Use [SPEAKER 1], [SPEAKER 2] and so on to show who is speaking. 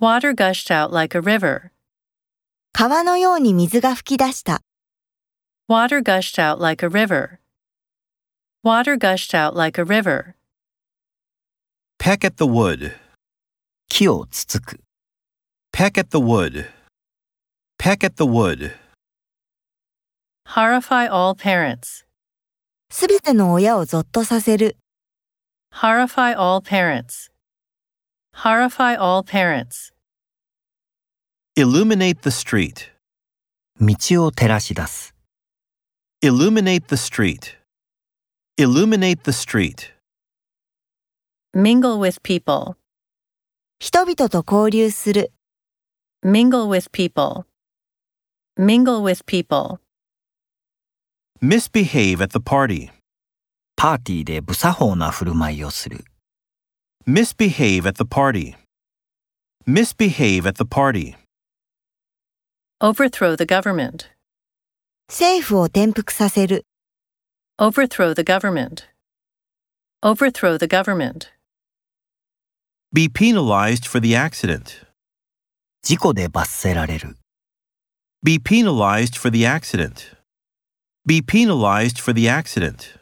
[SPEAKER 1] Water gushed out like a river.
[SPEAKER 2] 川のように水が噴き出した。
[SPEAKER 1] Water gushed out like a river. Water gushed out like a river.
[SPEAKER 3] Peck at the wood.
[SPEAKER 4] 木をつつく。
[SPEAKER 3] Peck at the wood. Peck at the wood.
[SPEAKER 1] Horrify all parents.
[SPEAKER 2] すべての親をぞっとさせる。
[SPEAKER 1] Horrify all parents. Horrify all parents.
[SPEAKER 3] Illuminate the street.
[SPEAKER 4] 道を照らし出す。
[SPEAKER 3] Illuminate the street. Illuminate the street.
[SPEAKER 1] Mingle with people.
[SPEAKER 2] 人々と交流する。
[SPEAKER 1] Mingle with people. Mingle with people.
[SPEAKER 3] Misbehave at the party.
[SPEAKER 4] パーティーで無作法な振る舞いをする。
[SPEAKER 3] Misbehave at the party. Misbehave at the party.
[SPEAKER 1] Overthrow the government.
[SPEAKER 2] 政府を転覆させる。
[SPEAKER 1] Overthrow the government. Overthrow the government.
[SPEAKER 3] Be penalized for the accident.
[SPEAKER 4] 事故で罰せられる。
[SPEAKER 3] Be penalized for the accident. Be penalized for the accident.